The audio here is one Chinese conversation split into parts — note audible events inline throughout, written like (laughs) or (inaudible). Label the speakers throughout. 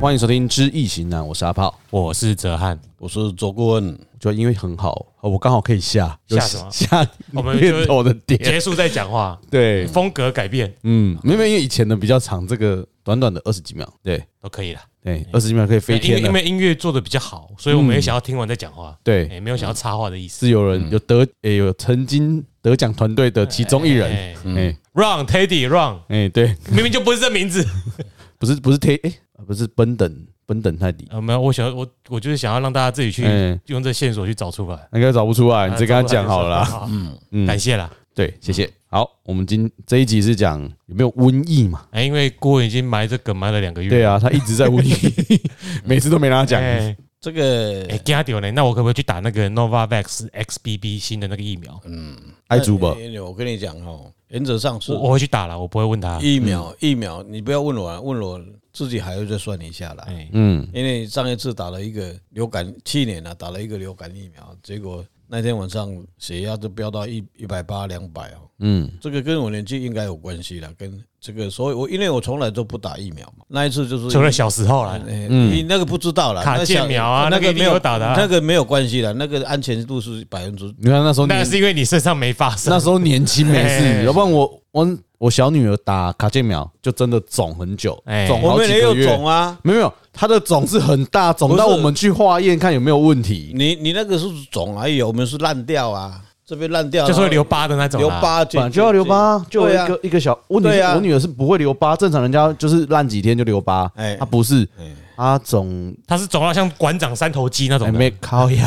Speaker 1: 欢迎收听《知易行难》，我是阿炮，
Speaker 2: 我是哲翰，
Speaker 3: 我是周顾问，
Speaker 1: 就因为很好，我刚好可以下有
Speaker 2: 下什么
Speaker 1: (laughs) 下
Speaker 2: 我们就
Speaker 1: 念头的点，
Speaker 2: 结束再讲话，
Speaker 1: (laughs) 对，
Speaker 2: 风格改变
Speaker 1: 嗯，没有，没有因为以前的比较长，这个短短的二十几秒，对
Speaker 2: 都可以了。
Speaker 1: 对，二十几秒可以飞
Speaker 2: 嗯因为
Speaker 1: 天啊
Speaker 2: 因
Speaker 1: 了，
Speaker 2: 为音乐做的比较好，所以我们也想要听完再讲话。
Speaker 1: 对，
Speaker 2: 哎，没有想要插话的意思。
Speaker 1: 是有人有得诶有曾经得奖团队的其中一人，
Speaker 2: 哎
Speaker 1: 哎
Speaker 2: ，Run Teddy Run， (laughs)
Speaker 1: 哎，对，
Speaker 2: 明明就不是这名字。
Speaker 1: 嗯不是不是贴哎不是奔等奔等泰迪，
Speaker 2: 呃，没有，我想要我我就是想要让大家自己去
Speaker 1: 哎
Speaker 2: 用这线索去找出来。
Speaker 1: 应该找不出
Speaker 2: 哎
Speaker 1: 来，你直接跟他讲好了啦。
Speaker 2: 嗯，
Speaker 1: 嗯
Speaker 2: (laughs) 感谢啦。
Speaker 1: 对，谢谢。好，我们今这一集是讲有没有瘟疫嘛？
Speaker 2: 哎，因为顾问已经埋这梗埋了两个月。
Speaker 1: 对啊，他一直在瘟疫，每次都没拿奖。
Speaker 2: 嗯哎，
Speaker 3: 这个
Speaker 2: 哎，加掉呢？那我可不可以去打那个 Novavax XBB 新的那个疫苗？
Speaker 1: 嗯爱主吧，
Speaker 3: 哎我跟你讲哦，原则上是
Speaker 2: 我嗯我会去打了，我不会问他。
Speaker 3: 疫苗疫苗，你不要问我，啊，问我自己还要再算一下啦。
Speaker 2: 哎，
Speaker 1: 嗯，
Speaker 3: 因为上一次打了一个流感，去年呢、啊、打了一个流感疫苗，结果那天晚上血压就飙到一一百八两百哦。
Speaker 1: 嗯，
Speaker 3: 这个跟我年纪应该有关系啦，跟这个，所以我因为我从来都不打疫苗嘛，那一次就是
Speaker 2: 除了小时候啦，
Speaker 1: 嗯
Speaker 3: 哎你那个不知道啦，
Speaker 2: 卡介苗啊
Speaker 3: 那
Speaker 2: 那个一定
Speaker 3: 没有
Speaker 2: 有打的啊
Speaker 3: 那个没有关系啦，那个安全度是百分之
Speaker 1: 你看那时候
Speaker 2: 那
Speaker 1: 年
Speaker 2: 是因为你身上没发生
Speaker 1: 那。时候年轻没事，
Speaker 2: 哎
Speaker 1: 要不然我我我小女儿打卡介苗就真的肿很久，
Speaker 2: 哎
Speaker 1: 肿
Speaker 3: 我
Speaker 1: 好
Speaker 3: 们
Speaker 1: 几
Speaker 3: 也
Speaker 1: 个
Speaker 3: 有
Speaker 1: 月。
Speaker 3: 种啊。
Speaker 1: 没有没有，她的肿是很大，肿
Speaker 3: 不是
Speaker 1: 到我们去化验看有没有问题。
Speaker 3: 你你那个是肿而已，我们是烂掉啊，这边烂掉，
Speaker 2: 就是会
Speaker 3: 然
Speaker 2: 留疤的那
Speaker 3: 后
Speaker 2: 种啊
Speaker 3: 留
Speaker 2: 啦，
Speaker 3: 疤，
Speaker 1: 啊本来就要留疤，就有一
Speaker 3: 对啊
Speaker 1: 个一个小问题是
Speaker 3: 对，啊
Speaker 1: 我女儿是不会留疤，正常人家就是烂几天就留疤，
Speaker 3: 哎
Speaker 1: 她不是
Speaker 3: 哎，
Speaker 1: 她肿
Speaker 2: 他是肿到像馆长三头肌那
Speaker 1: 还
Speaker 2: 种
Speaker 1: 哎
Speaker 2: 的。
Speaker 1: 没靠腰，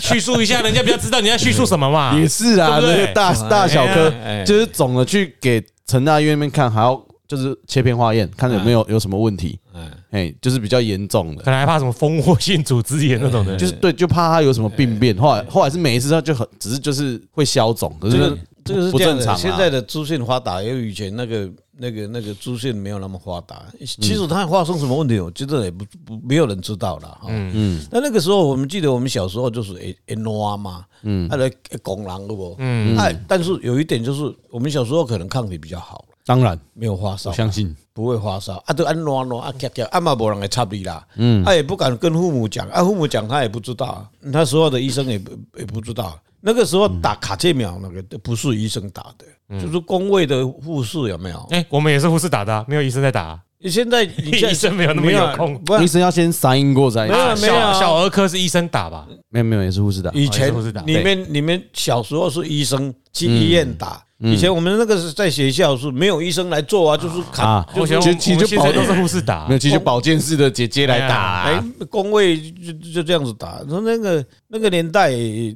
Speaker 2: 叙述一下，人家比较知道你在叙述什
Speaker 1: (laughs)
Speaker 2: 么嘛。
Speaker 1: (laughs) 也是啊，
Speaker 2: 对不对
Speaker 1: 那个大大小科
Speaker 3: 哎哎哎
Speaker 1: 就是肿了去给陈大医院那边看，还要就是切片化验，看有没有有什么问题，
Speaker 3: 嗯，
Speaker 1: 哎，就是比较严重的
Speaker 2: 可。能还怕什么蜂窝性组织炎那种的。
Speaker 1: 就是对，就怕他有什么病变。后来后来是每一次他就很，只是就是会消肿，可
Speaker 3: 这
Speaker 1: 是
Speaker 3: 个
Speaker 1: 不
Speaker 3: 这个是
Speaker 1: 不
Speaker 3: 这样
Speaker 1: 正常
Speaker 3: 的，
Speaker 1: 啊。
Speaker 3: 现在的资讯发达，因为以前那个那个那个资讯没有那么发达，其实它发生什么问题，我觉得也不不没有人知道了哈。嗯，那那个时候我们记得我们小时候就是会会挪嘛，嗯，他来拱狼的不，嗯，哎，但是有一点就是我们小时候可能抗体比较好，
Speaker 1: 当然，
Speaker 3: 没有发烧
Speaker 1: 我，相信
Speaker 3: 不会发烧啊，都安乱乱啊，夹夹啊嘛，无人来插你啦。嗯，他也不敢跟父母讲，啊，父母讲他也不知道啊，那时候的医生也不也不知道。那个时候打卡介苗那个都不是医生打
Speaker 2: 嗯
Speaker 3: 的，就是工位的护士有没有？
Speaker 2: 哎，我们也是护士打的啊，没有医生在打啊。
Speaker 3: 现在你现在
Speaker 2: (laughs) 医生没有那么有空
Speaker 3: 不
Speaker 2: (laughs)
Speaker 1: 医
Speaker 3: 是
Speaker 1: 生要先 sign 过才
Speaker 3: 没有
Speaker 2: 小啊
Speaker 1: 啊
Speaker 2: 小儿科是医生打吧？
Speaker 1: 没有没有也是护士的，
Speaker 3: 以前
Speaker 2: 哦也是护士打嗯
Speaker 3: 你们你们小时候是医生去医院打，以前我们那个是在学校是没有医生来做啊，就是卡
Speaker 1: 啊
Speaker 2: 我觉得
Speaker 1: 其
Speaker 2: 我
Speaker 1: 实其实就
Speaker 2: 我们现在都是护士打啊
Speaker 1: 啊没有，。其实就保健室的姐姐来打
Speaker 3: 哎、
Speaker 1: 啊。
Speaker 3: 工位就就就这样子打。说那个那个年代，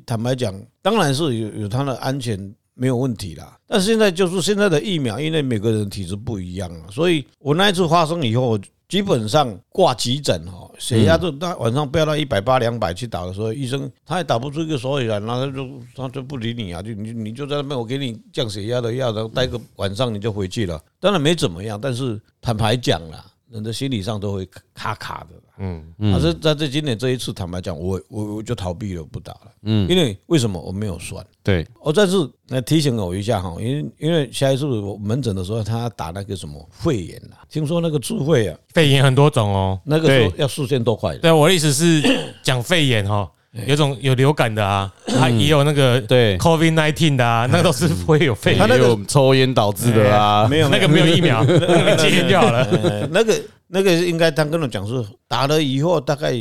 Speaker 3: 坦白讲，当然是有有它的安全没有问题啦。但是现在就是现在的疫苗，因为每个人体质不一样啊，所以我那一次发生以后，基本上挂急诊哦哈，血压就那晚上飙到一百八两百去打的时候，医生他也打不出一个所以然，然后他就他就不理你啊，就你你就在那边，我给你降血压的药，然后待个晚上你就回去了。当然没怎么样，但是坦白讲啦。人的心理上都会卡卡的啦，
Speaker 2: 嗯，
Speaker 3: 但是在这今年这一次，坦白讲，我我我就逃避了，不打了。嗯，因为为什么我没有算？
Speaker 1: 对，
Speaker 3: 哦，但是来提醒我一下哈，因为因为下一次我门诊的时候，他打那个什么肺炎啊，听说那个智慧啊，
Speaker 2: 肺炎很多种哦。
Speaker 3: 那个时候
Speaker 1: 对
Speaker 3: 要四千多块的。
Speaker 2: 对，我的意思是讲肺炎哈，有种有流感的啊，它也有那个
Speaker 1: 嗯对嗯
Speaker 2: COVID nineteen 的啊，那都是会有肺
Speaker 1: 他
Speaker 2: 炎。
Speaker 1: 那个抽烟导致的啊，
Speaker 3: 没有
Speaker 2: 那个没有疫苗，那个戒烟就好了。
Speaker 3: 呃， (laughs) 那个那个应该他跟我讲是打了以后大概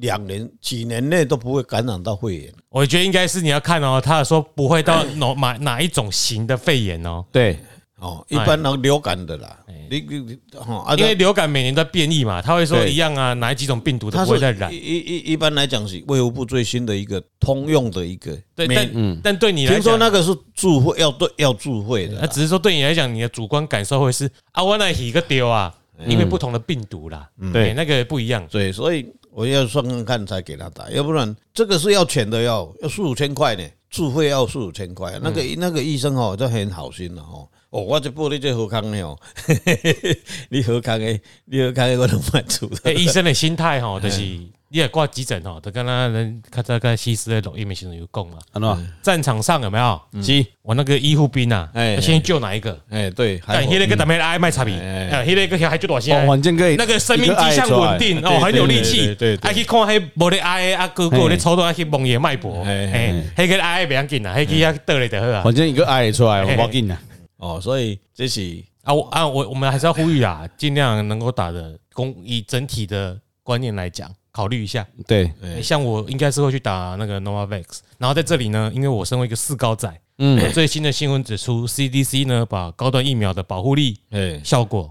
Speaker 3: 两年几年内都不会感染到肺炎。
Speaker 2: 我觉得应该是你要看哦，他说不会
Speaker 3: (coughs)
Speaker 2: 到哪哪哪一种型的肺炎哦，
Speaker 1: 对，
Speaker 3: 哦，一般人流感的啦，你你你哦，啊
Speaker 2: 哎因为流感每年都在变异嘛，他会说
Speaker 1: 对
Speaker 2: 一样啊，哪几种病毒都
Speaker 3: 它
Speaker 2: 不
Speaker 3: 是
Speaker 2: 会再染
Speaker 3: 一。一一般来讲是卫福部最新的一个通用的一个
Speaker 2: 对，
Speaker 3: 免
Speaker 2: 但但对你来
Speaker 3: 嗯听说
Speaker 2: 讲，
Speaker 3: 那个是智慧，要对要智慧的
Speaker 2: 那
Speaker 3: 啦，
Speaker 2: 只是说对你来讲，你的主观感受会是啊，我那一个丢啊，因为不同的病毒啦，
Speaker 1: 对
Speaker 2: 对，那个不一样。
Speaker 3: 对，嗯所以我要算看看才给他打，要不然这个是要钱的啊
Speaker 2: 嗯
Speaker 3: 要，要四五千块呢，智慧要四五千块，那个那个医生哦，这很好心的哦，哦，我这报你这好康的哦， (laughs) 你好康的，你好康的，我都满足了。
Speaker 2: 欸医生的心态
Speaker 3: 嗯
Speaker 2: 吼，就是你也挂急诊吼，就跟他人看这个西施的录音的时候有讲嘛，啊
Speaker 1: 安怎？
Speaker 2: 战场上有没有？
Speaker 1: 是
Speaker 2: 我那个医护兵啊，
Speaker 3: 哎
Speaker 2: 他先救哪一个？
Speaker 3: 哎，对，还
Speaker 2: 但
Speaker 3: 有
Speaker 2: 那个咱们爱卖差别，
Speaker 3: 哎
Speaker 2: 哎，那个还就多
Speaker 1: 哦，
Speaker 2: 些。
Speaker 1: 反正可以
Speaker 2: 那个生命迹象稳定
Speaker 3: 对
Speaker 2: 哦，很有力
Speaker 3: 对
Speaker 2: 气
Speaker 3: 对对对。对
Speaker 2: 还去看迄无咧哀的啊，哥哥咧抽到去梦野脉搏，
Speaker 3: 哎
Speaker 2: 哎，迄个哀的不要紧啦，迄个遐倒咧就好啊。
Speaker 1: 反正一个爱出来，我要紧啊啦。
Speaker 3: 哦，所以这是
Speaker 2: 啊，我啊，我我们还是要呼吁啊，尽量能够打的公，以整体的观念来讲，考虑一下。
Speaker 1: 对，
Speaker 3: 哎
Speaker 2: 像我应该是会去打那个 Novavax，然后在这里呢，因为我身为一个四高仔，
Speaker 1: 嗯，
Speaker 2: 最新的新闻指出，CDC 呢把高端疫苗的保护力、
Speaker 3: 哎
Speaker 2: 效果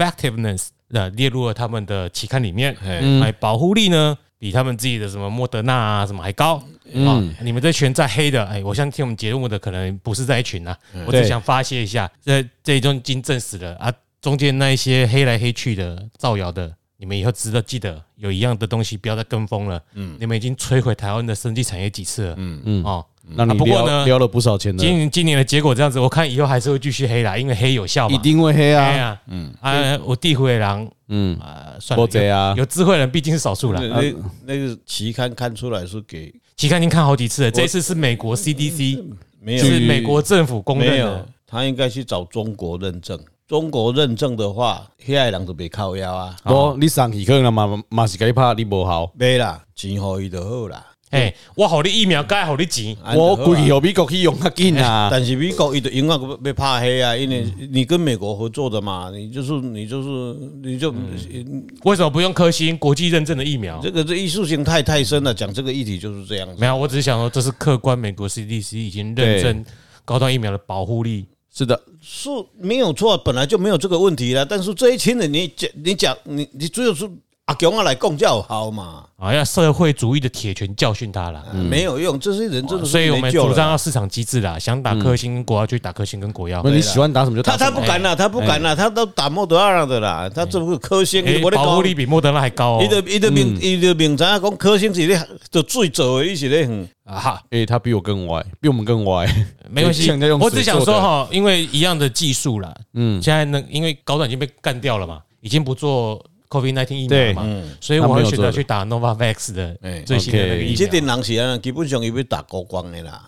Speaker 2: （effectiveness） 呃列入了他们的期刊里面，
Speaker 3: 哎
Speaker 1: 嗯
Speaker 2: 哎，保护力呢比他们自己的什么莫德纳啊什么还高。
Speaker 1: 嗯
Speaker 2: 啊！你们这群在黑的，哎，我相信我们节目的可能不是在一群啊，我只
Speaker 1: 对
Speaker 2: 想发泄一下，这这一段已经证实了啊，中间那一些黑来黑去的造谣的，你们以后值得记得有一样的东西不要再跟风了，嗯，你们已经摧毁台湾的生技产业几次了，嗯嗯哦。
Speaker 1: 让你
Speaker 2: 啊不过
Speaker 1: 撩
Speaker 2: 呢
Speaker 1: 撩了不少钱的，
Speaker 2: 今今年的结果这样子，我看以后还是会继续黑啦，因为黑有效嘛。
Speaker 1: 一定会黑
Speaker 2: 黑
Speaker 1: 啊。
Speaker 2: 啊，嗯啊，我地回狼
Speaker 1: 嗯，
Speaker 2: 啊，算
Speaker 1: 不
Speaker 2: 了，
Speaker 1: 贼啊
Speaker 2: 有，有智慧人毕竟是少数啦。
Speaker 3: 那那那个期刊看出来是给
Speaker 2: 期刊已经看好几次了，这一次是美国 CDC，
Speaker 3: 没有
Speaker 2: 是美国政府公
Speaker 3: 嗯没
Speaker 2: 认
Speaker 3: 有
Speaker 2: 的。，
Speaker 3: 他应该去找中国认证。中国认证的话，黑爱人就别靠腰啊，
Speaker 2: 哦
Speaker 1: 无你上去可能嘛嘛是给你拍你无效，
Speaker 3: 没啦，钱给伊就好啦。
Speaker 2: 哎，我好你疫苗，该好你钱，
Speaker 3: 安就好
Speaker 1: 我
Speaker 3: 啊
Speaker 1: 估计有美国去用较紧
Speaker 2: (laughs)
Speaker 1: 啊。
Speaker 3: 但是美国伊就永远要被怕黑啊，因为你跟美国合作的嘛，你就是你就是你就
Speaker 2: 嗯为什么不用科兴国际认证的疫苗？
Speaker 3: 这个这意识形态太深了，讲这个议题就是这样子。
Speaker 2: 没有，我只是想说，这是客观美国 CDC 已经认证高端疫苗的保护力。
Speaker 1: 是的，
Speaker 3: 是没有错，本来就没有这个问题了。但是这一群人你，讲你讲你你只有是阿强啊来共教好嘛、
Speaker 2: 啊，要社会主义的铁拳教训他
Speaker 3: 啊
Speaker 2: 啦。
Speaker 3: 没有用，这些人真的
Speaker 2: 嗯
Speaker 3: 是
Speaker 2: 所以我们
Speaker 3: 没救了嗯
Speaker 2: 主张要市场机制啦，想打科兴跟国药就去打科兴跟国药。
Speaker 1: 那你喜欢打什么就
Speaker 3: 他
Speaker 1: 打
Speaker 3: 他
Speaker 1: 什么。
Speaker 3: 不敢
Speaker 2: 哎
Speaker 3: 了，他不敢了，他都打莫德纳的啦，他这个科兴，
Speaker 2: 哎
Speaker 3: 我咧
Speaker 2: 保护
Speaker 3: 讲
Speaker 2: 力，比莫德纳还高哦
Speaker 3: 伊。就伊就明伊就明知影讲科兴是咧就最做的，伊是咧哼
Speaker 2: 啊哈，
Speaker 1: 诶，他比我更歪，比我们更
Speaker 2: (laughs)
Speaker 1: 歪。
Speaker 2: 没关系
Speaker 1: 呛人家，用
Speaker 2: 我只
Speaker 1: 水
Speaker 2: 想
Speaker 1: 做
Speaker 2: 说
Speaker 1: 的
Speaker 2: 哈，因为一样的技术啦，
Speaker 1: 嗯，
Speaker 2: 现在呢，因为高端已经被干掉了嘛，已经不做 COVID 1 9疫苗了嘛，
Speaker 3: 嗯，
Speaker 2: 所以我
Speaker 1: 他没
Speaker 2: 会
Speaker 1: 有
Speaker 2: 选
Speaker 1: 做
Speaker 2: 择
Speaker 1: 的
Speaker 2: 去打 Novavax 的
Speaker 3: 哎
Speaker 2: 最新的那个
Speaker 1: OK
Speaker 2: 疫
Speaker 3: 这
Speaker 2: 苗。
Speaker 3: 点人是啊，基本上伊要打国光的啦，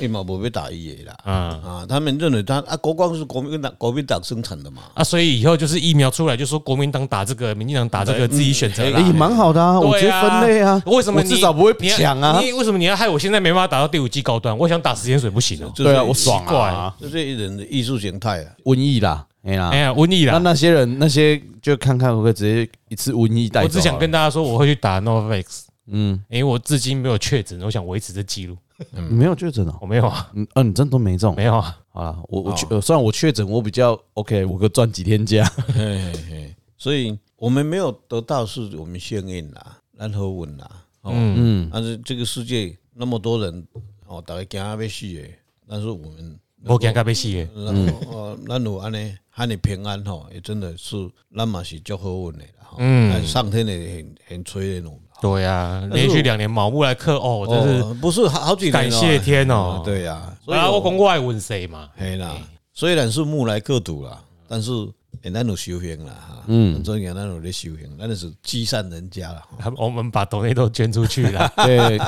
Speaker 3: 伊嘛无要打伊的啦。
Speaker 2: 嗯
Speaker 3: 啊，他们认为他啊，国光是国民党国民党生产的嘛，
Speaker 2: 啊，所以以后就是疫苗出来就说国民党打这个，民进党打这
Speaker 1: 嗯
Speaker 2: 个，自己选择啦。
Speaker 1: 也蛮好的啊，我直
Speaker 2: 对
Speaker 1: 接分类啊。
Speaker 2: 为什么
Speaker 1: 我
Speaker 2: 你
Speaker 1: 至少不会
Speaker 2: 你要
Speaker 1: 抢啊？
Speaker 2: 你为什么你要害我现在没办法打到第五季高端？我想打时间水不行哦。
Speaker 1: 对啊，我
Speaker 2: 奇
Speaker 1: 爽啊
Speaker 2: 怪！
Speaker 3: 这是一人的艺术形态啊。
Speaker 1: 瘟疫啦，哎
Speaker 3: 啊
Speaker 1: 啦
Speaker 2: 哎，呀，瘟疫
Speaker 1: 那
Speaker 2: 啦！
Speaker 1: 那些人那些就看看会不会直接一次瘟疫带走啊。
Speaker 2: 我只想跟大家说，我会去打 Novavax，
Speaker 1: 嗯，
Speaker 2: 因为我至今没有确诊，我想维持这记录。
Speaker 1: 你没有确诊哦，
Speaker 2: 我没有啊，
Speaker 1: 嗯啊，你真都没中。
Speaker 2: 没有啊，
Speaker 1: 好了，我我确呃虽然我确诊，我比较 OK，我个赚几天假。，
Speaker 3: 嘿嘿嘿，所以我们没有得到是我们幸运啦，咱好运啦。哦、嗯，但是这个世界那么多人哦，大家惊啊要死的，但是我们，
Speaker 2: 我尴尬被戏耶。
Speaker 3: 嗯，哦，咱有安尼，喊你平安吼，也真的是咱嘛是足好运的啦。嗯，但是上天的很很催人我们。
Speaker 2: 对呀、连续两年毛木来克哦，真是。
Speaker 3: 哦不是好好几年
Speaker 2: 感谢天哦
Speaker 3: 啊对呀、所以
Speaker 2: 啊，我
Speaker 3: 我
Speaker 2: 讲我爱问谁嘛？
Speaker 3: 嘿啦，虽然是木来克土啦，但是欸咱有修行啦哈，嗯，重要咱有咧修行，咱就是积善人家啦。吼
Speaker 2: 他们我们把董内都捐出去了
Speaker 1: (laughs) (laughs) 对，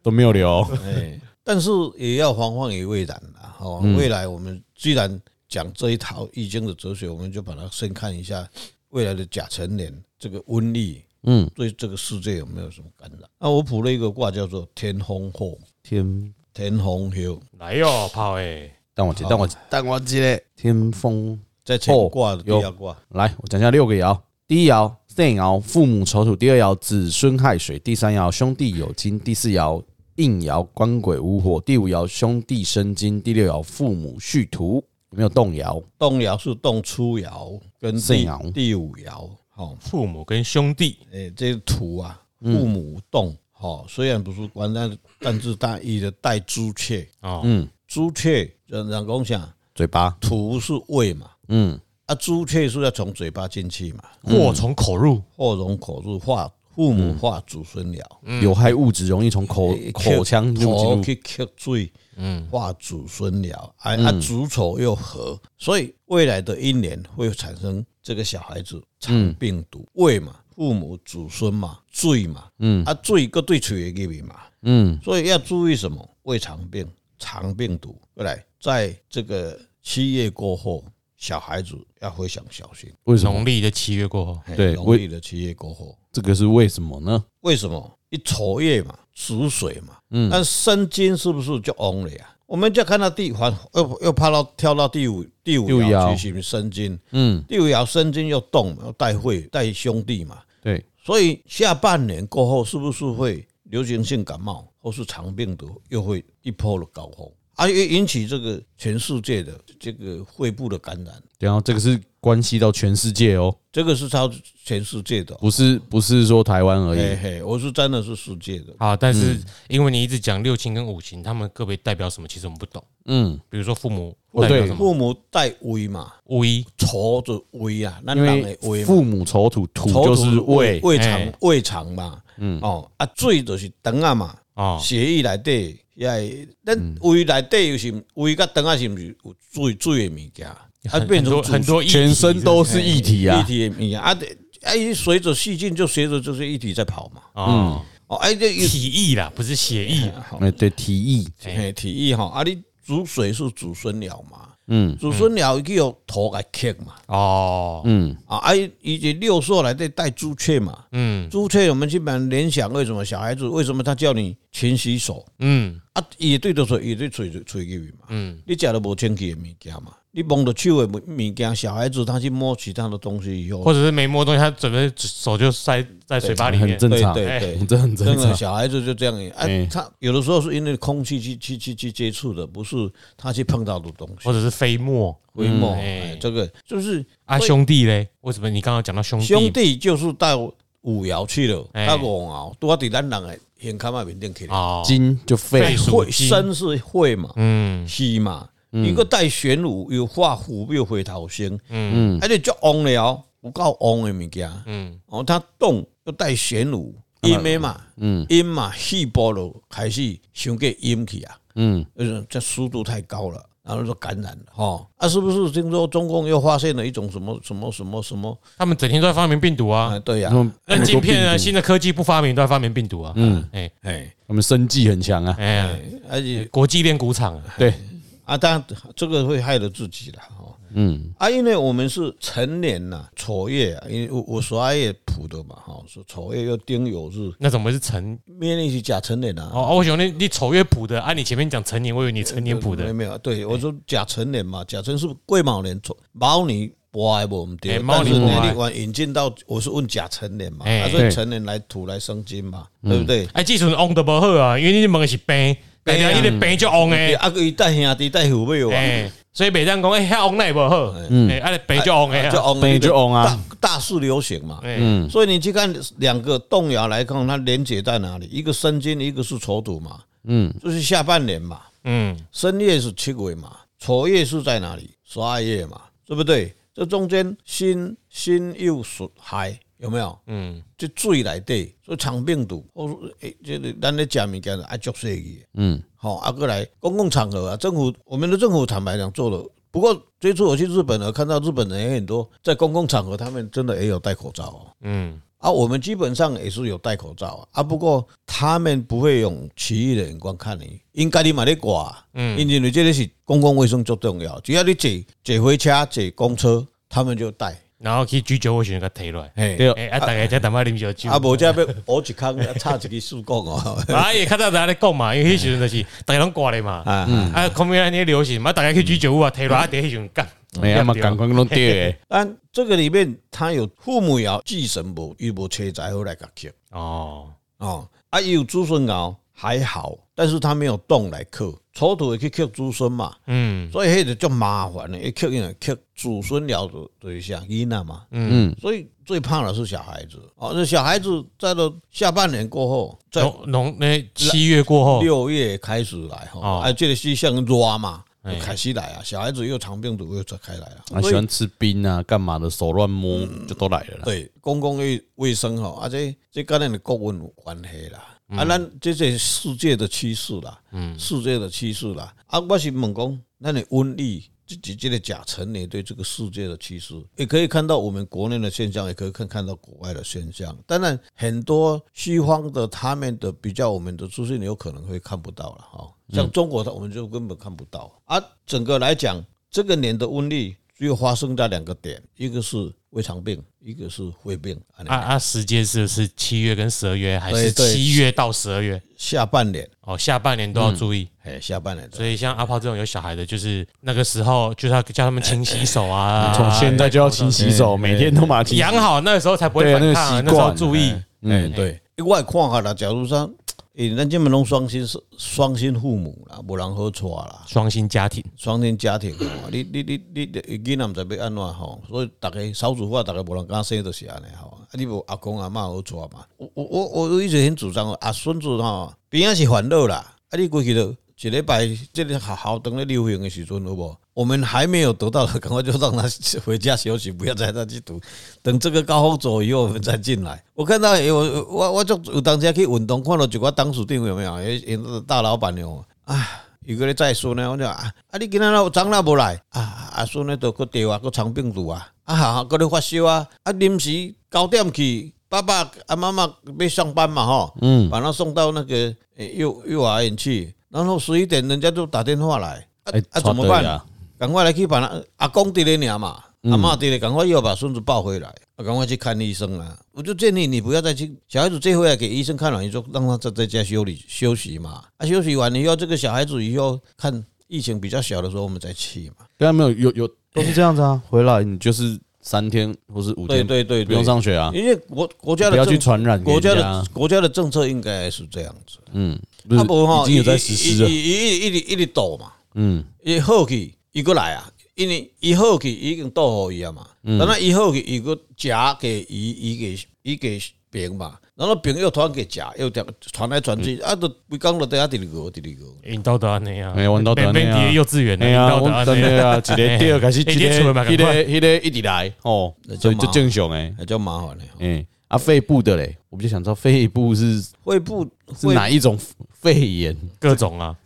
Speaker 1: 都没有留。
Speaker 2: (laughs)
Speaker 3: 哎，但是也要防患于未然啦。哦，
Speaker 2: 嗯
Speaker 3: 未来我们既然讲这一套《易经》的哲学，我们就把它深看一下未来的甲辰年这个瘟疫
Speaker 1: 嗯，
Speaker 3: 对这个世界有没有什么干扰。那我卜了一个卦叫做天风后，
Speaker 1: 天，
Speaker 3: 天风后
Speaker 2: 来哟，炮哎，
Speaker 1: 但我接，但我但我接天风
Speaker 3: 在乾卦
Speaker 2: 哦
Speaker 3: 的第二卦，
Speaker 1: 来，我讲一下六个爻。第一爻震爻，父母丑土；第二爻子孙亥水；第三爻兄弟有金；第四爻应爻官鬼无火；第五爻兄弟生金；第六爻父母戌土。有没有动摇？
Speaker 3: 动爻是动初爻跟
Speaker 1: 震
Speaker 3: 第
Speaker 1: 爻
Speaker 3: 第五爻，哦，
Speaker 2: 父母跟兄弟，
Speaker 3: 诶、这个土啊，父母动，哦，虽然不是官，但但是大意的带朱雀，
Speaker 2: 哦，
Speaker 1: 嗯，
Speaker 3: 朱雀人人讲啥？
Speaker 1: 嘴巴，
Speaker 3: 土是胃嘛，
Speaker 1: 嗯，
Speaker 3: 啊，朱雀是要从嘴巴进去嘛，
Speaker 2: 祸从口入，
Speaker 3: 祸从口入，化父母化祖孙了，
Speaker 1: 有害物质容易从口
Speaker 3: 诶
Speaker 1: 嗯口腔入进
Speaker 3: 头
Speaker 1: 入。
Speaker 3: 呃去吸水，
Speaker 2: 嗯
Speaker 3: 化祖孙了，啊啊，
Speaker 1: 嗯
Speaker 3: 子丑又合，所以未来的一年会产生这个小孩子
Speaker 1: 嗯
Speaker 3: 肠病毒，胃嘛，父母祖孙嘛，水嘛，
Speaker 1: 嗯
Speaker 3: 啊水个对嘴也入去嘛，
Speaker 1: 嗯
Speaker 3: 所以要注意什么？胃肠病、肠病毒。过来，在这个七月过后，小孩子要非常小心。
Speaker 1: 为什么？
Speaker 2: 农历的七月过后，
Speaker 3: 嘿
Speaker 1: 对
Speaker 3: 农历的七月过后，
Speaker 1: 这个是为什么呢？
Speaker 3: 为什么？一丑月嘛，子水嘛，
Speaker 1: 嗯
Speaker 3: 那生金是不是就翁了呀？我们就看到第环又又爬到跳到第五第五
Speaker 1: 第五爻
Speaker 3: 爻去，是不是生金？
Speaker 1: 嗯，
Speaker 3: 第五爻生金又动，要带会带兄弟嘛，
Speaker 1: 对，
Speaker 3: 所以下半年过后，是不是会流行性感冒或是肠病毒又会一波的高峰，啊，也引起这个全世界的这个肺部的感染，
Speaker 1: 然后这个是关系到全世界哦，
Speaker 3: 这个是超全世界的哦。
Speaker 1: 不是不是说台湾而
Speaker 3: 嘿
Speaker 1: 已。
Speaker 3: 嘿，我是真的是世界的，
Speaker 2: 好，但是因为你一直讲六亲跟五亲，他们个别代表什么，其实我们不懂。
Speaker 1: 嗯，
Speaker 2: 比如说父母
Speaker 1: 哦
Speaker 2: 代表
Speaker 1: 对
Speaker 2: 什么？
Speaker 3: 父母带威嘛，
Speaker 2: 五一
Speaker 3: 愁着威啊，那
Speaker 1: 因
Speaker 3: 人的
Speaker 1: 为
Speaker 3: 威嘛，
Speaker 1: 父母丑土，土
Speaker 3: 丑
Speaker 1: 就是胃。
Speaker 3: 胃肠
Speaker 2: 哎
Speaker 3: 胃肠嘛，嗯哦啊，水就是肠啊嘛，
Speaker 2: 哦，
Speaker 3: 血液内底，也咱胃内底有是胃甲肠啊，是毋是有水水的物件，啊变
Speaker 2: 很多
Speaker 3: 成
Speaker 2: 很多议题
Speaker 1: 全身都是液体
Speaker 3: 液
Speaker 1: 啊！
Speaker 3: 体的物件啊，得啊，伊随着细菌就随着这些液体在跑嘛。
Speaker 2: 哦，
Speaker 3: 哦，哎，这有
Speaker 2: 体液啦，不是血液。
Speaker 3: 好
Speaker 1: 哎，对，提议，
Speaker 3: 嘿体液吼，啊，你煮水是祖孙鸟嘛，
Speaker 1: 嗯
Speaker 3: 祖孙鸟伊去用土来克嘛，
Speaker 2: 哦，
Speaker 1: 嗯，
Speaker 3: 啊，啊，伊伊这六兽内底带朱雀嘛，
Speaker 2: 嗯
Speaker 3: 朱雀我们基本上联想为什么小孩子为什么他叫你勤洗手？
Speaker 2: 嗯
Speaker 3: 啊，伊对着水，伊对吹吹去嘛。
Speaker 2: 嗯，
Speaker 3: 你食了无清气的物件嘛，你摸到手的物物件，小孩子他去摸其他的东西以后，
Speaker 2: 或者是没摸东西，他准备手就塞在嘴巴里
Speaker 1: 很
Speaker 2: 面。
Speaker 1: 正常，
Speaker 3: 对对对
Speaker 1: 这很正
Speaker 3: 真的
Speaker 1: 常。
Speaker 3: 小孩子就这样，
Speaker 1: 哎
Speaker 3: 哎，他有的时候是因为空气去去去去接触的，不是他去碰到的东西
Speaker 2: 或。者是飞沫
Speaker 3: 回眸，
Speaker 2: 哦哎
Speaker 3: 哎，这个就是
Speaker 2: 啊，
Speaker 3: 所以
Speaker 2: 兄弟嘞？为什么你刚刚讲到兄弟？
Speaker 3: 兄弟就是到五爻去了，
Speaker 2: 哎
Speaker 3: 到五爻都要伫咱人的现看嘛面顶去了。
Speaker 2: 哦，
Speaker 1: 金就肺
Speaker 2: 肺，属
Speaker 3: 会
Speaker 2: 金
Speaker 3: 生是会嘛，
Speaker 2: 嗯
Speaker 3: 是嘛，一个带玄武有化虎又回头星，
Speaker 2: 嗯
Speaker 3: 而且哎足旺了，有够旺的物件。
Speaker 2: 嗯
Speaker 3: 哦，它动又带旋律，音的嘛，
Speaker 1: 嗯
Speaker 3: 音嘛，细胞就开始想给音去啊，
Speaker 1: 嗯，
Speaker 3: 就是这速度太高了，然后就感染了哈、哦。啊，是不是听说中共又发现了一种什么什么什么什么？
Speaker 2: 他们整天都在发明病毒啊
Speaker 3: 啊，。对呀、
Speaker 1: 他们
Speaker 2: 那晶片啊，
Speaker 1: 很多病毒
Speaker 2: 新的科技不发明，都在发明病毒啊。嗯，哎
Speaker 3: 哎
Speaker 1: 他们生计很强啊。
Speaker 2: 哎呀，
Speaker 3: 而且
Speaker 2: 国际炼骨厂啊，
Speaker 1: 对，
Speaker 3: 啊，当然这个会害了自己了哈。哦
Speaker 1: 嗯
Speaker 3: 啊，因为我们是成年呐、丑月啊，因为我我十二月普的嘛，哈、是丑月又丁酉是
Speaker 2: 那怎么是成？
Speaker 3: 面临是甲辰年啊。
Speaker 2: 哦，我想你你丑月补的，按你前面讲成年，我以为你成年补
Speaker 3: 没有
Speaker 2: 的。
Speaker 3: 没有，对我说甲辰年嘛，甲辰是癸卯年，卯年播还不对，
Speaker 2: 哎卯
Speaker 3: 但
Speaker 2: 年
Speaker 3: 是
Speaker 2: 播
Speaker 3: 呢
Speaker 2: 的
Speaker 3: 你往引进到，我是问甲辰年嘛，
Speaker 2: 哎
Speaker 3: 啊所以
Speaker 1: 对
Speaker 3: 辰年来土来生金嘛，对不对？
Speaker 2: 哎，技术 on 的不好啊，因为你问的是病，啊大家你的病就 on
Speaker 3: 对
Speaker 2: 诶，
Speaker 3: 啊，伊带兄弟带啊后尾
Speaker 2: 哎
Speaker 3: 哇，，
Speaker 2: 所以北当讲哎，遐 on 那也不好，哎，啊北就 on 诶
Speaker 3: 就
Speaker 2: 啊，
Speaker 3: 旺
Speaker 1: 本来就旺啊，
Speaker 3: 大大势流行嘛。
Speaker 2: 嗯
Speaker 3: 所以你去看两个动摇来看，它连结在哪里？一个生金，一个是丑土嘛，
Speaker 1: 嗯，
Speaker 3: 就是下半年嘛。
Speaker 2: 嗯
Speaker 3: 生月是七月嘛，丑月是在哪里？十二月嘛，对不对？这中间辛辛又属亥，有没有？
Speaker 2: 嗯，
Speaker 3: 这水内底，所以肠病毒，或是诶，这个咱咧食物件爱足细去，
Speaker 1: 嗯，
Speaker 3: 吼、啊，过来公共场合啊，政府我们的政府坦白讲做了，不过这次我去日本了，看到日本人也很多在公共场合，他们真的也有戴口罩哦。
Speaker 2: 嗯
Speaker 3: 啊，我们基本上也是有戴口罩啊，啊，不过他们不会用奇异的眼光看你，应该你嘛咧挂啊，
Speaker 2: 嗯
Speaker 3: 因为这个是公共卫生最重要，只要你坐坐回车、坐公车，他们就戴，
Speaker 2: 然后去居酒我选个提落来，
Speaker 3: 嘿，
Speaker 1: 对，哦
Speaker 2: 哎，啊大家在淡薄啉小酒
Speaker 3: 啊，。无则要补一空，啊插一支四角哦， (laughs)
Speaker 2: 啊，也较早在咧讲嘛，因为迄时阵就是大家拢挂咧嘛，
Speaker 3: 啊，
Speaker 2: 啊，后面安尼流行，嘛大家去居酒屋啊，提落啊，第迄时阵干，
Speaker 3: 嗯
Speaker 1: 哎呀
Speaker 2: 哦
Speaker 1: 嘛，赶快弄掉诶。
Speaker 3: 但这个里面它有父母爻、忌神无，又无车财后来甲克
Speaker 2: 哦，
Speaker 3: 哦，啊，也有子孙爻还好，但是他没有动来克，丑土会去克子孙嘛，
Speaker 2: 嗯
Speaker 3: 所以迄个足麻烦的，一克因为克子孙了就就是啥囡仔嘛，
Speaker 1: 嗯，
Speaker 3: 所以最怕的是小孩子哦，那小孩子在了下半年过后，在
Speaker 2: 农农那七月过后，
Speaker 1: 哦
Speaker 3: 六月开始来吼，
Speaker 2: 哦
Speaker 3: 啊，这个是像热嘛，
Speaker 2: 哎
Speaker 3: 凯西来啊，小孩子又肠病毒又开来了、
Speaker 1: 啊，
Speaker 3: 所
Speaker 1: 喜
Speaker 3: 以
Speaker 1: 欢吃冰啊，干嘛的，手乱摸就都来了啦。
Speaker 3: 对公共卫卫生吼，啊这这跟咱的国文有关系啦，
Speaker 1: 嗯
Speaker 3: 啊咱这是世界的趋势啦，
Speaker 2: 嗯
Speaker 3: 世界的趋势啦，啊我是问讲，咱的瘟疫。这这这个甲辰年对这个世界的趋势，也可以看到我们国内的现象，也可以看看到国外的现象。当然，很多西方的他们的比较，我们的资讯有可能会看不到了哈。像中国的，我们就根本看不到。啊，整个来讲，这个年的瘟疫只有发生在两个点，一个是胃肠病，一个是肺病。啊
Speaker 2: 啊啊，时间是不是七月跟十二月，还是
Speaker 3: 对对
Speaker 2: 七月到十二月？
Speaker 3: 下半年，
Speaker 2: 哦，下半年都要注意。
Speaker 3: 哎，下半年的
Speaker 2: 所以像阿炮这种有小孩的，就是那个时候就是要叫他们勤洗手
Speaker 3: 嗯
Speaker 2: 啊，
Speaker 1: 从现在就要勤洗手，每天都马勤洗
Speaker 2: 养好，那个时候才不会
Speaker 1: 对啊那
Speaker 2: 反抗、
Speaker 1: 个
Speaker 2: 啊，
Speaker 1: 习
Speaker 2: 那时候
Speaker 1: 惯
Speaker 2: 注意。
Speaker 1: 嗯
Speaker 3: 哎，对，我的看法啦，假如说，诶，咱这么拢双薪双薪父母啦，无人好娶啦，
Speaker 2: 双薪家庭，
Speaker 3: 双薪家庭吼，你你你你你囡仔毋知要安怎吼，所以逐个少子化，逐个无人敢生，就是安尼吼。啊，你无阿公阿嬷好娶嘛？我我我我我一直很主张啊，孙子吼，边仔是烦恼啦，啊，你过去就一礼拜，这个好好等咧流行的时阵，好无？我们还没有得到的，赶快就让他回家休息，不要再让他去读。等这个高峰走以后，我们再进来。我看到有有我我就有当时去运动，看到一个当属定有没有？有有大老板哦，啊，有个咧再说呢，我就啊，啊你今仔日长哪无来啊？啊孙呢都搁掉啊，搁长病毒啊，啊搁咧发烧啊，啊临时九点去。爸爸啊，妈妈要上班嘛，吼，嗯，把他送到那个呃幼幼儿园去，然后十一点人家就打电话来，啊
Speaker 1: 哎
Speaker 3: 啊，怎么
Speaker 1: 插队
Speaker 3: 办？
Speaker 1: 啊
Speaker 3: 赶快来去把那阿公在那尔嘛，
Speaker 1: 嗯
Speaker 3: 阿妈在那，赶快又把孙子抱回来，啊赶快去看医生啊！我就建议你不要再去，小孩子这回来给医生看完以后，让他在在家休理休息嘛。啊，休息完以后，这个小孩子以后看疫情比较小的时候，我们再去嘛。
Speaker 1: 对啊，没有有有都是这样子啊。回来你就是三天或是五
Speaker 3: 对
Speaker 1: 天
Speaker 3: 对对，
Speaker 1: 不用
Speaker 3: 对，
Speaker 1: 上学啊，
Speaker 3: 因为国国
Speaker 1: 不
Speaker 3: 家的
Speaker 1: 要去
Speaker 3: 政
Speaker 1: 传染给
Speaker 3: 国
Speaker 1: 人
Speaker 3: 家
Speaker 1: 家
Speaker 3: 的
Speaker 1: 啊。
Speaker 3: 国家的政策应该是这样子，
Speaker 1: 嗯，不是
Speaker 3: 啊不吼
Speaker 1: 已经有在实施了
Speaker 3: 一。一一一直一直倒嘛。
Speaker 1: 嗯，
Speaker 3: 伊好去，伊过来啊，因为伊好去已经倒互伊啊嘛，然后伊好去，伊个甲给伊，伊给伊给丙嘛，然后丙又传给甲，又传传来传去，啊，都规工就底下第二个，第二个。
Speaker 2: 引导到那样，
Speaker 1: 哎我到就安尼啊
Speaker 2: 边边底幼稚园的，
Speaker 1: 哎
Speaker 2: 引
Speaker 1: 呀，
Speaker 2: 导
Speaker 1: 我
Speaker 2: 到
Speaker 1: 真
Speaker 2: 那
Speaker 1: 的啊，
Speaker 2: 样，
Speaker 1: 一个第二开始，一个
Speaker 2: 哎你出门吧
Speaker 1: 一
Speaker 2: 赶快
Speaker 1: 个一个一直来哦
Speaker 3: 那，就
Speaker 1: 所以
Speaker 3: 麻
Speaker 1: 就
Speaker 3: 烦
Speaker 1: 正常诶。
Speaker 3: 那叫麻烦了。
Speaker 1: 哎，啊，肺部的嘞，我们就想知道肺部是
Speaker 3: 肺部
Speaker 1: 是
Speaker 3: 肺
Speaker 1: 哪一种肺炎？
Speaker 2: 各
Speaker 1: (laughs)
Speaker 2: 种啊，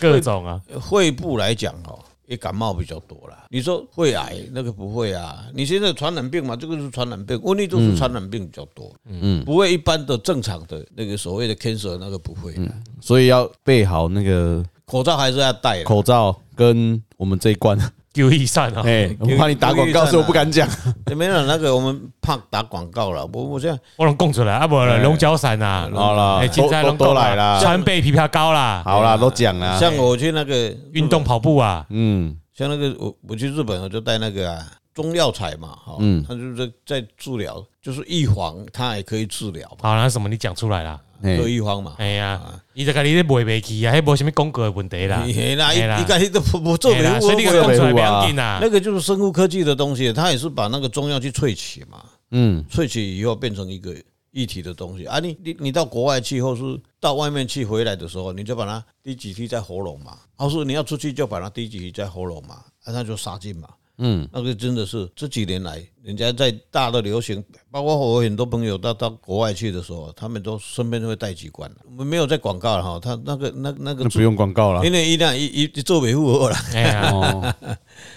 Speaker 2: 各种啊，
Speaker 1: 哎
Speaker 3: 肺部来讲哦，也感冒比较多啦。你说肺癌那个不会啊？你现在传染病嘛，这个是传染病，瘟疫都是传染病比较多，嗯，不会一般的正常的那个所谓的 cancer 那个不会啦，
Speaker 1: 所以要备好那个
Speaker 3: 口罩还是要戴啦。
Speaker 1: 口罩跟我们这一关。
Speaker 2: 丢一扇啊，
Speaker 1: 哎，我怕你打广告，所以我不敢讲。
Speaker 3: 欸没有那个，我们怕打广告了。我我这样
Speaker 2: 我拢供出来啊，不了龙角散呐，
Speaker 1: 好啦
Speaker 2: 哎，
Speaker 1: 都
Speaker 2: 现在
Speaker 1: 哎哦都
Speaker 2: 拢
Speaker 1: 都来啦，啊
Speaker 2: 川贝枇杷膏啦，
Speaker 1: 好啦，都讲啦。
Speaker 3: 像我去那个
Speaker 2: 运，动跑步啊，
Speaker 1: 嗯，
Speaker 3: 像那个我我去日本，我就带那个啊中药材嘛，哈，他就是在治疗，就是预防，它也可以治疗嘛，
Speaker 2: 好啦，那什么你讲出来啦，
Speaker 1: 哎
Speaker 3: 做预防嘛。
Speaker 2: 哎呀，伊在家里咧卖袂起啊，迄无什么广告的问题啦，
Speaker 3: 嘿啦，
Speaker 2: 啊嘿
Speaker 3: 一一概都不不做
Speaker 2: 嘿啦
Speaker 3: 维护
Speaker 2: 所以你
Speaker 3: 我
Speaker 2: 个
Speaker 1: 做
Speaker 2: 供出
Speaker 1: 维
Speaker 2: 来
Speaker 1: 护
Speaker 2: 不
Speaker 1: 啊
Speaker 2: 要紧啊
Speaker 3: 那，个就是生物科技的东西，它也是把那个中药去萃取嘛，
Speaker 1: 嗯，
Speaker 3: 萃取以后变成一个一体的东西啊。你你你到国外去，或是到外面去回来的时候，你就把它滴几滴在喉咙嘛，或是你要出去就把它滴几滴在喉咙嘛，啊，那就杀菌嘛。
Speaker 1: 嗯，
Speaker 3: 那个真的是这几年来，人家在大的流行，包括我很多朋友到到国外去的时候，他们都身边都会带几罐。我们没有在广告了哈，他那个那那个
Speaker 1: 那不，用啊广告啦。
Speaker 3: 因为一旦一一一做维护我了，
Speaker 2: 哎呀，
Speaker 3: (laughs)
Speaker 1: 哦，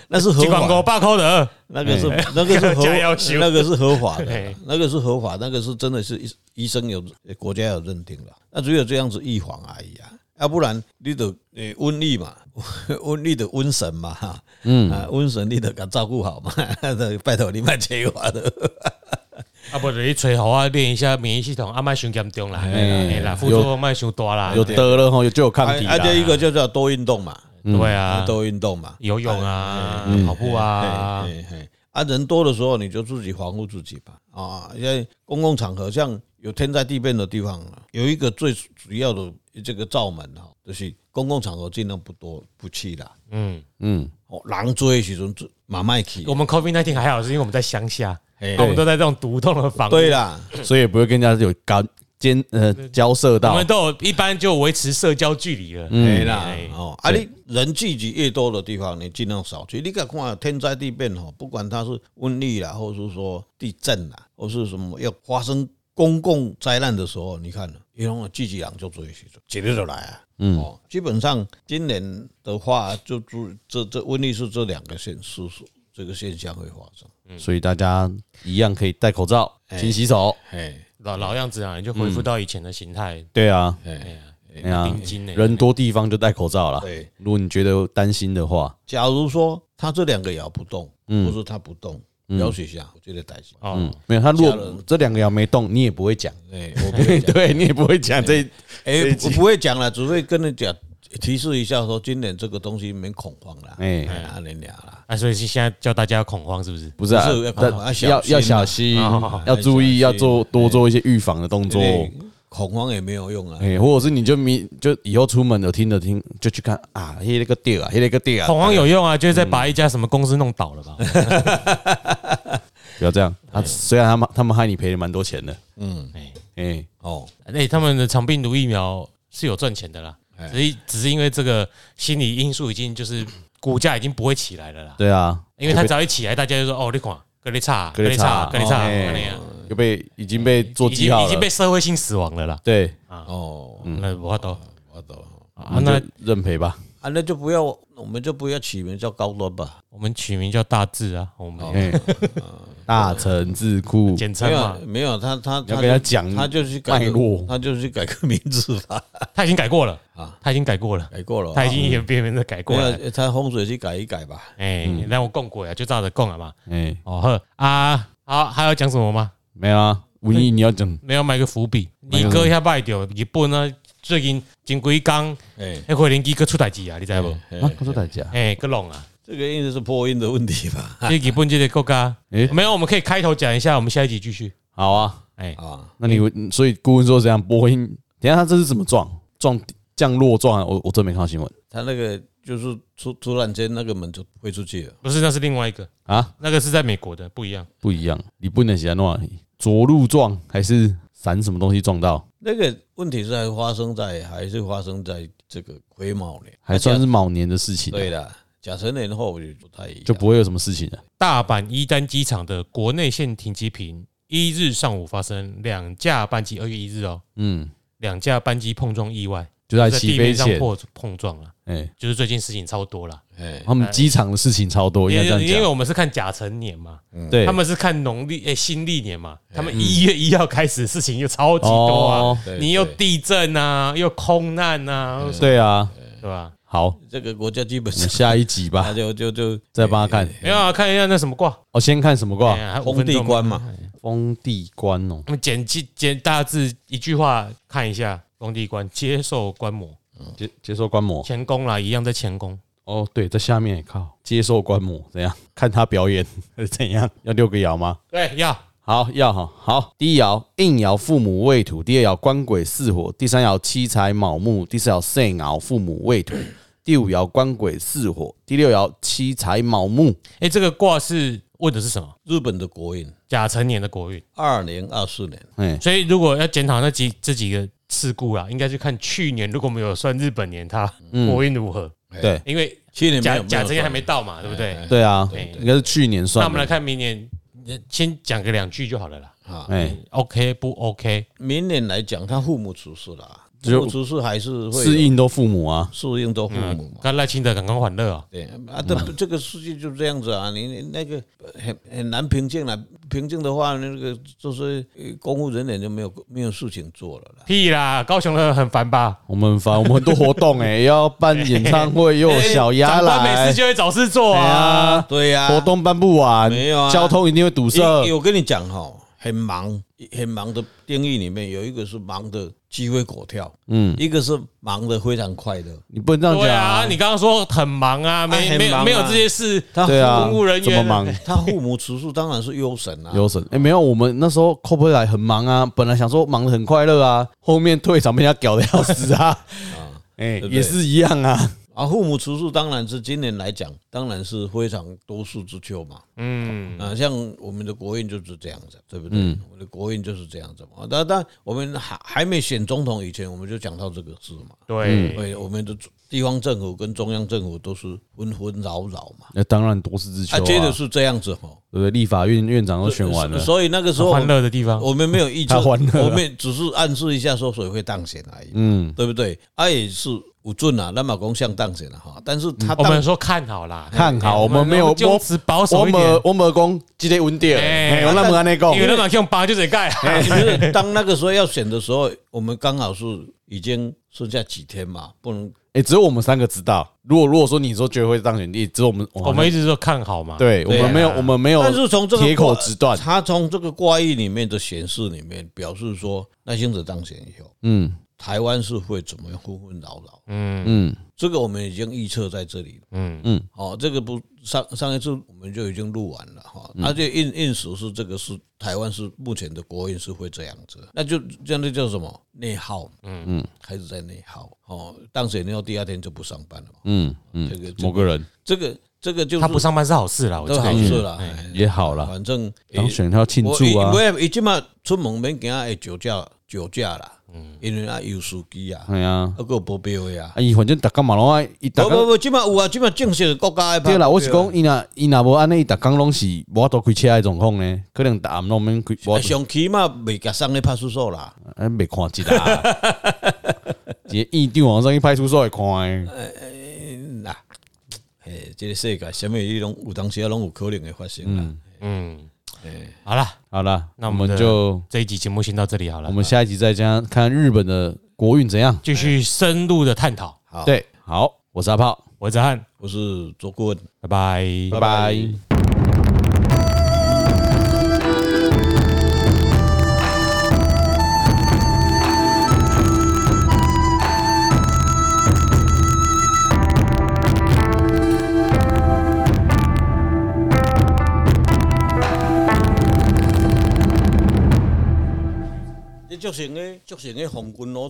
Speaker 3: 那是合
Speaker 2: 一罐
Speaker 3: 法
Speaker 2: 五，百块的，
Speaker 3: 那个是那个是合
Speaker 2: 哎加要求哎
Speaker 3: 那个是合法的
Speaker 2: 嘿，
Speaker 3: 那个是合法，那个是真的是医医生有呃国家有认定了，那只有这样子预防而已啊，要不然你得呃瘟疫嘛， (laughs) 瘟疫的瘟神嘛，哈
Speaker 1: 嗯，
Speaker 3: 啊瘟神你得给照顾好嘛， (laughs) 拜托你卖切我的。
Speaker 2: 啊，不就是去吹好啊，练一下免疫系统，啊，莫伤严重啦，哎啦，副作用莫伤大啦，
Speaker 1: 有得了吼，有就有抗体
Speaker 3: 啊，
Speaker 1: 啦。
Speaker 3: 这一个就叫多运动嘛，
Speaker 1: 嗯
Speaker 2: 对啊，
Speaker 3: 多运动嘛，
Speaker 2: 游泳啊，跑步啊，
Speaker 1: 哎
Speaker 3: 嘿嘿啊，人多的时候你就自己防护自己吧，啊，因为公共场合像有天灾地变的地方，啊有一个最主要的这个罩门哈，就是公共场合尽量不多不去啦，
Speaker 2: 嗯，
Speaker 1: 嗯，
Speaker 3: 哦，人追的时阵马麦去
Speaker 2: 我，们 COVID 那天
Speaker 1: 哎
Speaker 2: 还好，是因为我们在乡下，
Speaker 3: 嘿
Speaker 2: 我们都在这种独栋的房，
Speaker 3: 对，啦，
Speaker 1: 所以也不会跟人家有感兼呃
Speaker 3: 嗯
Speaker 1: 交涉
Speaker 2: 我
Speaker 1: 到
Speaker 2: 们，都有一般就维持社交距离了。
Speaker 1: 嗯
Speaker 3: 没啦
Speaker 2: 哎，
Speaker 3: 哦，啊，你人聚集越多的地方，你尽量少去。你看看天灾地变哦，不管它是瘟疫啦，或是说地震啦，或是什么要发生公共灾难的时候，你看，因为聚集人就追时阵，一日就来啊。嗯，哦，基本上今年的话，就这这这瘟疫是这两个现是是这个现象会发生。
Speaker 1: 所以大家一样可以戴口罩、勤洗手。
Speaker 3: 哎，
Speaker 2: 老老样子啊，你就恢复到以前的形态。
Speaker 1: 对啊，
Speaker 2: 哎呀，
Speaker 1: 哎呀
Speaker 2: 定金呢？
Speaker 1: 人多地方就戴口罩啦。
Speaker 3: 对，
Speaker 1: 如果你觉得担心的话，
Speaker 3: 假如说他这两个爻不动，或是他不动，了解一下，我觉得担心。
Speaker 2: 哦，
Speaker 1: 没有他如
Speaker 3: 家
Speaker 1: 果
Speaker 3: 人
Speaker 1: 这两个爻没动，你也不会讲，
Speaker 3: 哎，我不会
Speaker 1: (laughs)
Speaker 3: 讲。
Speaker 1: 对你也不会讲这
Speaker 3: 哎、我不会讲了，只会跟你讲提示一下，说今年这个东西没恐慌啦，哎、
Speaker 1: 哎
Speaker 3: 啊，你俩啦，
Speaker 2: 啊，所以是现在叫大家恐慌是不是？
Speaker 1: 不是啊
Speaker 3: 不是要恐慌
Speaker 1: 但
Speaker 3: 要
Speaker 1: 要
Speaker 3: 小心啊
Speaker 1: 要小心
Speaker 2: 哦，
Speaker 1: 要注意，
Speaker 3: 要
Speaker 1: 要
Speaker 3: 小心
Speaker 1: 做多做一些预防的动作。
Speaker 3: 对哎恐慌也没有用啊。
Speaker 1: 哎，或者是你就明就以后出门有听的听，就去看啊，那个地啊，那个地啊，
Speaker 2: 恐慌有用啊，就是再
Speaker 1: 嗯
Speaker 2: 把一家什么公司弄倒了吧？
Speaker 1: 不要这样啊！虽然他们他们害你赔了蛮多钱的，
Speaker 2: 哎，
Speaker 1: 哎，
Speaker 3: 嗯哦，
Speaker 2: 哎，他们的长病毒疫苗是有赚钱的啦，只是只是因为这个心理因素已经就是股价已经不会起来了啦，
Speaker 1: 对啊，
Speaker 2: 因为它只要一起来，大家就说哦，你看，跟你差，
Speaker 1: 跟
Speaker 2: 跟
Speaker 1: 你
Speaker 2: 你
Speaker 1: 差
Speaker 2: 差，跟你
Speaker 1: 哦
Speaker 2: 差，跟你啊，
Speaker 1: 又被已经被做
Speaker 2: 已
Speaker 1: 记
Speaker 2: 经
Speaker 1: 号
Speaker 2: 哎已经被
Speaker 1: 了，
Speaker 2: 社会性死亡了啦。
Speaker 1: 对，
Speaker 3: 哦，
Speaker 2: 那我都
Speaker 3: 我懂。
Speaker 2: 啊，
Speaker 1: 那
Speaker 2: 那
Speaker 1: 就认赔吧。
Speaker 3: 啊，那就不要，我们就不要起名叫高端吧，
Speaker 2: 我们取名叫大智啊，我们 (laughs)
Speaker 1: 哎，大成智库，
Speaker 2: 简称
Speaker 3: 没
Speaker 2: 嘛
Speaker 3: 有，没有，他他
Speaker 1: 你要
Speaker 3: 他
Speaker 1: 跟他
Speaker 3: 就
Speaker 1: 讲
Speaker 3: 他就去改
Speaker 1: 脉络
Speaker 3: 个，他就去改个名字吧，
Speaker 2: 他已经改过了
Speaker 3: 啊
Speaker 2: 啊，他已经改过了，
Speaker 3: 改过了啊，
Speaker 2: 他已经演变变的改过
Speaker 3: 没
Speaker 2: 了。
Speaker 3: 有他风水去改一改吧，
Speaker 2: 哎，让我供过呀，就照着供了嘛。
Speaker 1: 哎，
Speaker 2: 哦呵啊，好，还要讲什么吗？
Speaker 1: 没有啊，文艺你要讲
Speaker 2: 没有埋个伏笔，你哥一下拜掉日本啊，最近前几工
Speaker 3: 哎、
Speaker 2: 迄回连机哥出代志啊，你知无？
Speaker 3: 哎
Speaker 1: 啊，他说大家，
Speaker 2: 哎，个
Speaker 1: (laughs)
Speaker 2: 弄啊，
Speaker 3: 这个应该是破音的问题吧，
Speaker 2: 这日本这个国家
Speaker 1: 哎，
Speaker 2: 没有，我们可以开头讲一下，我们下一集继续。
Speaker 1: 好啊，
Speaker 2: 哎，
Speaker 3: 啊，
Speaker 1: 那你所以顾问说怎样波音？等一下他这是怎么撞撞降落撞啊？我我真没看到新闻
Speaker 3: 他那个就是突突然间那个门就飞出去了，
Speaker 2: 不是，那是另外一个，
Speaker 1: 啊，
Speaker 2: 那个是在美国的，不一样。
Speaker 1: 不一样，你不能写在那里着陆撞还是闪什么东西撞到？
Speaker 3: 那个问题是还发生在还是发生在这个癸卯年，
Speaker 1: 还算
Speaker 3: 是
Speaker 1: 是卯年的事情啊、
Speaker 3: 对的。甲辰年后就不太一样，
Speaker 1: 就不会有什么事情啊了。
Speaker 2: 大阪伊丹机场的国内线停机坪一日上午发生两架班机，二月一日哦，
Speaker 1: 嗯，
Speaker 2: 两架班机碰撞意外，
Speaker 1: 就在
Speaker 2: 在
Speaker 1: 起
Speaker 2: 地
Speaker 1: 飞
Speaker 2: 面上
Speaker 1: 前，
Speaker 2: 破碰撞了，
Speaker 1: 哎、
Speaker 2: 就是最近事情超多了。
Speaker 3: 哎
Speaker 1: 他们机场的事情超多，应
Speaker 2: 因
Speaker 1: 该这
Speaker 2: 为因
Speaker 1: 样
Speaker 2: 为
Speaker 1: 讲。
Speaker 2: 我们是看甲辰年嘛，
Speaker 1: 对，
Speaker 2: 他们是看农历诶新历年嘛，他们一月一号开始事情又超级多啊
Speaker 1: 哦，
Speaker 3: 对嗯
Speaker 2: 你又
Speaker 3: 对
Speaker 2: 地震啊，又空难啊，
Speaker 1: 对啊，
Speaker 2: 对吧？
Speaker 3: 嗯
Speaker 1: 好，我
Speaker 3: 这个国家基本
Speaker 1: 们
Speaker 3: 上
Speaker 1: (laughs) 下一集
Speaker 3: 他
Speaker 1: 吧，
Speaker 2: (laughs)
Speaker 3: 就就就
Speaker 1: 再帮他看。
Speaker 2: 没有啊，看一下那什么卦，
Speaker 1: 哦，先看什么卦
Speaker 2: 哎？呀还五
Speaker 3: 封
Speaker 2: 分
Speaker 3: 地
Speaker 2: 钟
Speaker 3: 官，嘛，
Speaker 1: 封地官哦，
Speaker 2: 我们简简简大致一句话看一下，封地官接受观摩。
Speaker 1: 接接受观摩。
Speaker 2: 前宫啦，一样在前宫。
Speaker 1: 哦，对，在下面靠接受观摩，怎样？看他表演 (laughs) 还是怎样？要六个爻吗？
Speaker 2: 对，要
Speaker 1: 好，要好好。第一爻应爻父母未土，第二爻官鬼巳火，第三爻七财卯木，第四爻肾爻父母未土，第五爻官鬼巳火，第六爻七财卯木。
Speaker 2: 哎、这个卦是问的是什么？
Speaker 3: 日本的国运，
Speaker 2: 甲辰年的国运。
Speaker 3: 二零二四年，
Speaker 1: 哎，
Speaker 2: 所以如果要检讨那几这几个事故啊啦，应该去看去年，如果我们有算日本年，它
Speaker 3: 嗯
Speaker 2: 国运如何？
Speaker 1: 对
Speaker 2: 因为
Speaker 3: 去年没
Speaker 2: 甲
Speaker 3: 有
Speaker 2: 甲辰年还没
Speaker 3: 有
Speaker 2: 到嘛，对不对？
Speaker 1: 对啊
Speaker 2: 对，对
Speaker 1: 应该是去年
Speaker 2: 那
Speaker 1: 算
Speaker 2: 我们来
Speaker 1: 的。
Speaker 2: 看明年，呃先讲个两句就好了啦。
Speaker 3: 算啊。
Speaker 2: 嗯
Speaker 1: 哎，
Speaker 2: OK 不 OK？
Speaker 3: 明年来讲，他父母出事啦，
Speaker 1: 只有
Speaker 3: 父母出事还是会有
Speaker 1: 适应都父母啊，
Speaker 3: 适应都父母嘛。
Speaker 2: 刚赖清德刚刚缓热啊，
Speaker 1: 嗯
Speaker 3: 对啊，这这个世界就是这样子啊，你你那个很很难平静了。平静的话，那个就是呃公务人员就没有没有事情做了啦。
Speaker 2: 屁啦，高雄的很烦吧？
Speaker 1: 我们很烦，我们很多活动哎，要办演唱会，又有小鸭
Speaker 2: 长官没
Speaker 1: 来
Speaker 2: (laughs) 事，就会找事做
Speaker 1: 哎
Speaker 2: 啊。
Speaker 1: 呀，
Speaker 3: 对呀、
Speaker 1: 活动办不完，
Speaker 3: 没有啊
Speaker 1: 交通一定会堵塞
Speaker 3: 因。我跟你讲哈、很忙，很忙的定义里面有一个是忙的鸡飞狗跳，
Speaker 1: 嗯，
Speaker 3: 一个是忙的非常快乐。
Speaker 1: 你哎不能这样
Speaker 2: 对
Speaker 1: 讲
Speaker 2: 啊，你刚刚说很忙啊，没
Speaker 3: 啊很
Speaker 2: 没
Speaker 3: 忙啊
Speaker 2: 有没有这些事，
Speaker 3: 他
Speaker 1: 对啊，
Speaker 2: 公务人员
Speaker 1: 怎么忙？
Speaker 3: 他父母出事当然是忧神啊，
Speaker 1: 有神哎、欸没有，我们那时候 c o p 来很忙啊，本来想说忙得很 (laughs) 快乐啊，后面退场被人家屌的要死啊，哎、
Speaker 3: 对不对
Speaker 1: 也是一样啊，
Speaker 3: 啊，父母厨数当然是今年来讲，当然是非常多事之秋嘛。
Speaker 2: 嗯，
Speaker 3: 啊，像我们的国运就是这样子，对不对？我们的国运就是这样子嘛。但但我们还还没选总统以前，我们就讲到这个事嘛。
Speaker 1: 嗯
Speaker 2: 对，
Speaker 3: 对，我们的地方政府跟中央政府都是纷纷扰扰嘛。
Speaker 1: 那当然多事之秋啊，
Speaker 3: 啊，接着是这样子哈，
Speaker 1: 对不对？立法院院长都选完了，
Speaker 3: 所以那个时候
Speaker 2: 欢乐的地方，
Speaker 3: 我们没有预测，
Speaker 1: 太啊欢乐了啊
Speaker 3: 我们只是暗示一下说谁会当选而已，
Speaker 1: 嗯，
Speaker 3: 对不对？啊，也是五准啊，那么公像当选了哈，但是他
Speaker 1: 嗯
Speaker 2: 我
Speaker 3: 当
Speaker 2: 们说看好啦，
Speaker 1: 看好
Speaker 2: 哎
Speaker 1: 我们没有
Speaker 2: 就持保
Speaker 1: 我
Speaker 2: 守一
Speaker 1: 们
Speaker 2: 点，
Speaker 1: 我们讲今天稳定，
Speaker 2: 哎
Speaker 1: 哎，我那么安尼讲
Speaker 2: 因，为那马用八就得盖，
Speaker 1: 哎
Speaker 3: (laughs) 因为当那个时候要选的时候，我们刚好是已经剩下几天嘛，不能
Speaker 1: 哎，只有我们三个知道。如果如果说你说绝对会当选第一， (laughs) 只有我们
Speaker 2: 我们一直说看好嘛，，
Speaker 1: 对我
Speaker 3: 对啊
Speaker 1: 们没有我们没有
Speaker 3: 但是从这个
Speaker 1: 铁口
Speaker 3: 卦
Speaker 1: 直断，
Speaker 3: 他从这个卦意里面的显示里面表示说，赖清德当选以后，
Speaker 1: 嗯
Speaker 3: 台湾是会怎么样纷纷扰扰？
Speaker 2: 嗯
Speaker 1: 嗯
Speaker 3: 这个我们已经预测在这里了。
Speaker 2: 嗯，
Speaker 3: 哦，这个不上上一次我们就已经录完了哈，
Speaker 1: 嗯
Speaker 3: 啊而且印印史是这个是台湾是目前的国运是会这样子，那就这样的叫什么内耗？嗯嗯，开始在内耗哦，当选以后第二天就不上班了嘛，
Speaker 1: 嗯嗯，
Speaker 3: 这个
Speaker 1: 某个人
Speaker 3: 这个这个就是
Speaker 2: 他不上班是好事啦，我觉
Speaker 3: 都好
Speaker 2: 得，
Speaker 3: 事啦，哎
Speaker 1: 也好啦，
Speaker 3: 反正也
Speaker 1: 当选他要庆
Speaker 3: 我
Speaker 1: 祝啊
Speaker 3: 我，也已经嘛出门免惊会酒驾酒驾啦，
Speaker 1: 嗯
Speaker 3: 因为啊有司机啊，
Speaker 1: 哎呀，
Speaker 3: 啊有保镖的啊
Speaker 1: 啊，伊反正逐工嘛拢爱，伊逐
Speaker 3: 不不
Speaker 1: 工
Speaker 3: 不，即嘛有啊，即嘛正式的国家的
Speaker 1: 对啦，
Speaker 3: 保
Speaker 1: 我
Speaker 3: 镖
Speaker 1: 是
Speaker 3: 啊
Speaker 1: 讲伊若伊若无安尼，伊逐工拢是无法度开车诶状况呢，可能逐暗拢免开，无
Speaker 3: 啊上起码未甲送去派出所啦。
Speaker 1: 咱袂看即啦。一个院长往上去派出所会看诶，
Speaker 3: 呐，诶，这个世界什么伊拢有当时啊，拢有可能会发生啦。
Speaker 2: 嗯，好啦，
Speaker 1: 好啦，
Speaker 2: 那
Speaker 1: 我
Speaker 2: 我们
Speaker 1: 们
Speaker 2: 的
Speaker 1: 就
Speaker 2: 这一集节目先到这里好了
Speaker 1: 我，们下一集再讲看日本的国运怎样。
Speaker 2: 继续深入的探讨。
Speaker 3: 好
Speaker 1: 对，好，我是阿炮，
Speaker 2: 我是子翰，
Speaker 3: 我是卓顾问。
Speaker 2: 拜拜。
Speaker 1: 拜拜。
Speaker 3: 你足成个足成个红军佬。